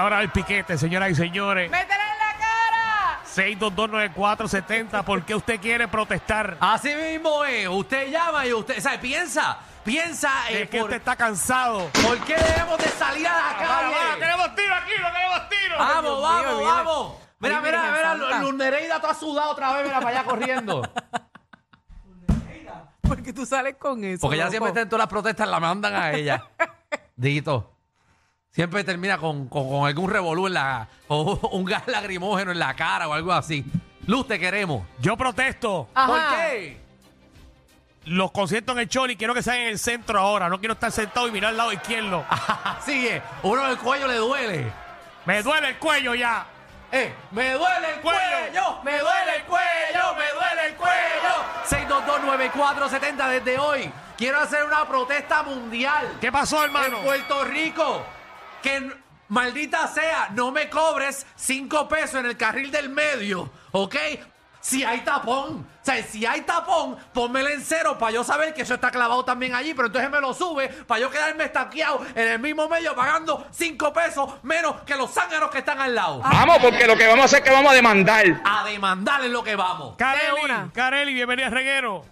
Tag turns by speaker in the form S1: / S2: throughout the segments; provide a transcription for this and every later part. S1: hora del piquete, señoras y señores.
S2: ¡Métela en la cara!
S1: 6229470, ¿por qué usted quiere protestar?
S3: Así mismo es. Usted llama y usted, ¿sabe? Piensa, piensa. eh,
S1: Es que
S3: por,
S1: usted está cansado. Ah,
S3: ¿por qué debemos de salir a la
S1: Ahora, ahora,
S3: calle?
S1: ¡Queremos tiro aquí! ¡No queremos tiro!
S3: Vamos,
S2: Dios mío,
S3: vamos,
S2: mira.
S3: vamos. Mira,
S2: Ay,
S3: mira,
S2: Virgen
S3: mira,
S2: Santa.
S3: Lu- Luz Nereida está sudada otra vez, mira, para allá corriendo.
S2: Porque tú sales con eso.
S3: Porque ella
S2: loco?
S3: siempre está en todas las protestas, la mandan a ella. Dito. Siempre termina con, con- con algún revolú en la. o un gas lagrimógeno en la cara o algo así. Luz, te queremos.
S1: Yo protesto.
S2: Ajá.
S3: ¿Por qué?
S1: Los conciertos en el Choli quiero que sean en el centro ahora. No quiero estar sentado y mirar al lado izquierdo.
S3: Así es. Uno en el cuello le duele.
S1: Me duele el cuello ya.
S3: Eh, me duele el cuello, me duele el cuello, me duele el cuello. 6229470 desde hoy. Quiero hacer una protesta mundial.
S1: ¿Qué pasó, hermano?
S3: En Puerto Rico, que n- maldita sea, no me cobres cinco pesos en el carril del medio, ¿ok? Si hay tapón, o sea, si hay tapón, pónmelo en cero para yo saber que eso está clavado también allí, pero entonces me lo sube para yo quedarme estanqueado en el mismo medio pagando cinco pesos menos que los zángaros que están al lado.
S4: Vamos, porque lo que vamos a hacer es que vamos a demandar.
S3: A demandar es lo que vamos.
S2: De
S1: Careli,
S2: una.
S1: Careli, bienvenida a Reguero.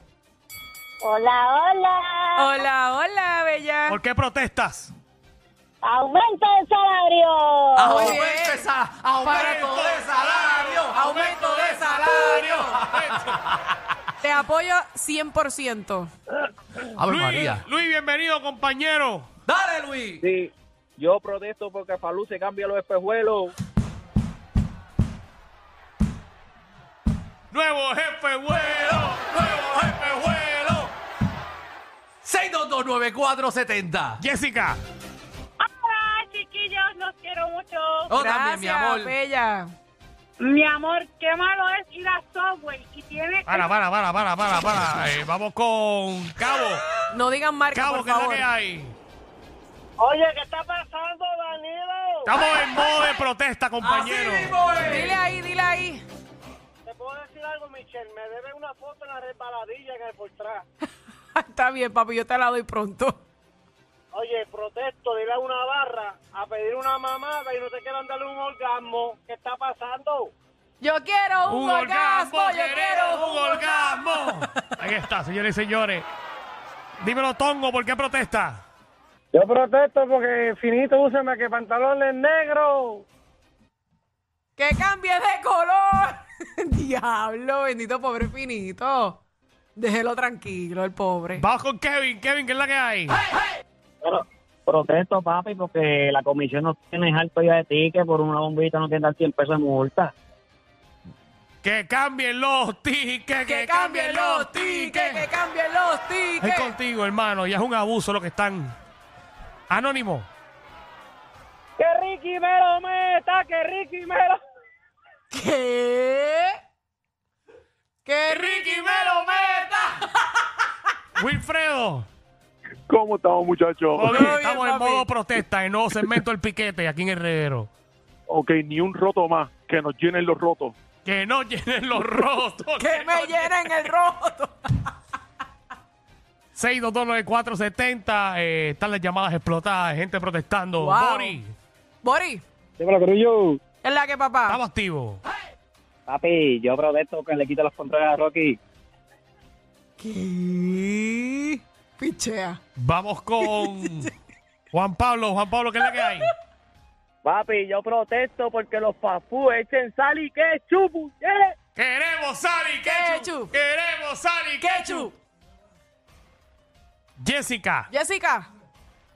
S5: Hola, hola.
S2: Hola, hola, bella.
S1: ¿Por qué protestas?
S5: Aumento de salario.
S3: Aumento
S2: bien.
S3: de, sa- aumento de salario, aumento de salario.
S2: Te apoyo 100%.
S3: A ver,
S1: Luis,
S3: María.
S1: Luis, bienvenido, compañero.
S3: Dale, Luis.
S6: Sí, yo protesto porque Falú se cambia los espejuelos.
S1: Nuevo jefe, bueno.
S3: Nuevo jefe vuelo. 6229470.
S1: Jessica,
S5: Hola, chiquillos, los quiero mucho.
S3: Oh,
S2: Gracias,
S3: también, mi amor.
S2: bella.
S5: Mi amor, qué malo es ir a Subway y tiene
S1: para, para, para, para, para, para. Eh, vamos con Cabo.
S2: No digan marca,
S1: Cabo,
S2: por
S1: ¿qué es lo
S2: favor.
S1: que hay?
S5: Oye, ¿qué está pasando, Danilo?
S1: Estamos en modo de protesta, compañero.
S3: Así mismo es.
S2: Dile ahí, dile ahí.
S5: Te puedo decir algo, Michelle. Me debe una foto en la resbaladilla que por atrás.
S2: Está bien, papi, yo te la doy pronto.
S5: Oye, protesto, dile a una barra a pedir una mamada y no te quieran darle un orgasmo. ¿Qué está pasando?
S2: Yo quiero un,
S1: Un
S2: orgasmo,
S1: orgasmo,
S2: yo quiero
S1: un orgasmo. Ahí está, señores y señores. Dímelo, Tongo, ¿por qué protesta?
S6: Yo protesto porque finito úseme que pantalones negros.
S2: ¡Que cambie de color! Diablo, bendito pobre finito. Déjelo tranquilo, el pobre.
S1: Vamos con Kevin. Kevin, ¿qué es la que hay?
S7: Pero protesto, papi, porque la comisión no tiene alto ya de ticket por una bombita, no tiene dar 100 pesos de multa.
S1: Que cambien los tickets, que, cambien los
S2: que
S1: tickets.
S2: cambien los
S1: Es
S2: tickets.
S1: contigo, hermano. Ya es un abuso lo que están. Anónimo.
S5: ¡Que Ricky me lo meta! ¡Que Ricky me lo
S2: ¿Qué? ¡Que Ricky me lo meta!
S1: Wilfredo.
S8: ¿Cómo estamos, muchachos?
S1: Joder,
S2: bien,
S1: estamos en
S2: papi.
S1: modo protesta, en nuevo segmento El Piquete, aquí en Herrero.
S8: Ok, ni un roto más, que nos llenen los rotos.
S1: Que no llenen los rotos.
S2: ¡Que me llenen el roto!
S1: 6229470. Eh, están las llamadas explotadas, gente protestando.
S2: Wow.
S1: Bori,
S2: Bori,
S7: Dímelo, Crullo.
S2: es la que papá.
S1: estamos activos.
S7: Papi, yo protesto que le quite los controles a Rocky.
S2: ¿Qué? Pichea.
S1: Vamos con Juan Pablo. Juan Pablo, ¿qué es la que hay?
S6: Papi, yo protesto porque los papú echen sal y ketchup. ¿eh?
S1: Queremos Sari Ketchup.
S2: Ketchup.
S1: Queremos Sari
S2: Quechu.
S1: Jessica.
S2: Jessica.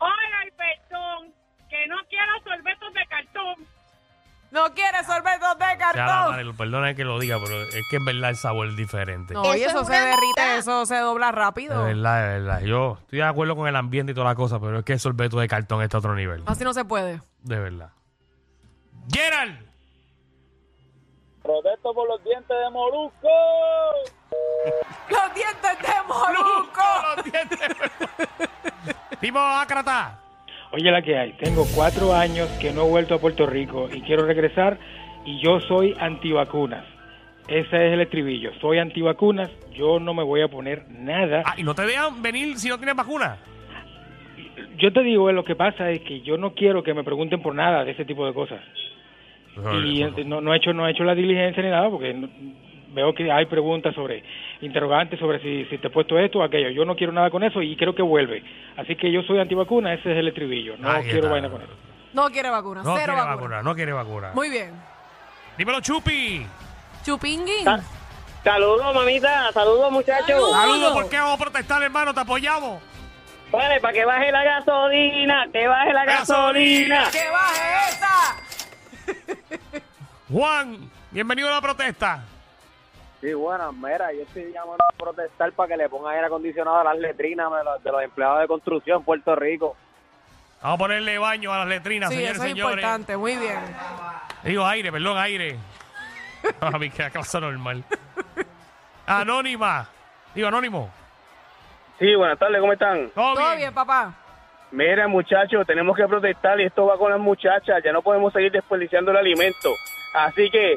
S5: Hola, y perdón, que no quiero sorbetos de cartón.
S2: No quiere sorbetos de
S1: Ya la madre,
S2: cartón.
S1: lo- perdona que lo diga, pero es que en verdad el sabor es diferente.
S2: No, y eso se derrite, eso se dobla
S1: De
S2: rápido.
S1: verdad, de verdad. Yo estoy de acuerdo con el ambiente y toda la cosa, pero es que el sorbeto de cartón está a otro nivel.
S2: Así no se puede.
S1: De verdad. Gerald.
S6: Protesto por los dientes de Molusco.
S2: Los dientes de
S1: Luco,
S2: Molusco.
S1: los dientes. Timo Ácrata.
S9: Oye, la que hay. Tengo cuatro años que no he vuelto a Puerto Rico y quiero regresar y yo soy antivacunas. Ese es el estribillo. Soy antivacunas. Yo no me voy a poner nada.
S1: Ah, y no te dejan venir si no tienes vacuna.
S9: Yo te digo, eh, lo que pasa es que yo no quiero que me pregunten por nada de ese tipo de cosas. y eh,
S1: pues,
S9: no, no he hecho no he hecho la diligencia ni nada porque no- veo que hay preguntas sobre interrogantes sobre si, si te he puesto esto o aquello yo no quiero nada con eso y creo que vuelve así que yo soy antivacuna ese es el estribillo no
S1: Ahí
S9: quiero
S1: está.
S9: vaina con eso
S2: No quiere vacuna,
S1: No
S2: cero
S1: quiere
S2: vacuna.
S1: vacuna, no quiere vacuna.
S2: Muy bien.
S1: Dímelo, Chupi.
S2: Chupinguín.
S6: Sa- Saludos, mamita. Saludos, muchachos.
S2: Saludos.
S1: Saludos, ¿por qué vamos a protestar, hermano? Te apoyamos.
S6: Vale, para que baje la gasolina. Que baje la
S1: Gasolina.
S6: gasolina.
S2: ¡Que baje esa!
S1: Juan, bienvenido a la protesta.
S5: Sí, bueno, mira, yo estoy llamando a protestar para que le pongan aire acondicionado a las letrinas de los, de los empleados de construcción en Puerto Rico.
S1: Vamos a ponerle baño a las letrinas,
S2: Sí,
S1: señores
S2: eso es
S1: señores.
S2: importante, muy bien.
S1: Digo aire, perdón, aire. a mí queda cosa normal. Anónima. Digo, anónimo.
S5: Sí, buenas tardes, ¿cómo están?
S1: Todo,
S2: Todo bien, papá.
S5: Mira, muchachos, tenemos que protestar y esto va con las muchachas. Ya no podemos seguir desperdiciando el alimento. Así que,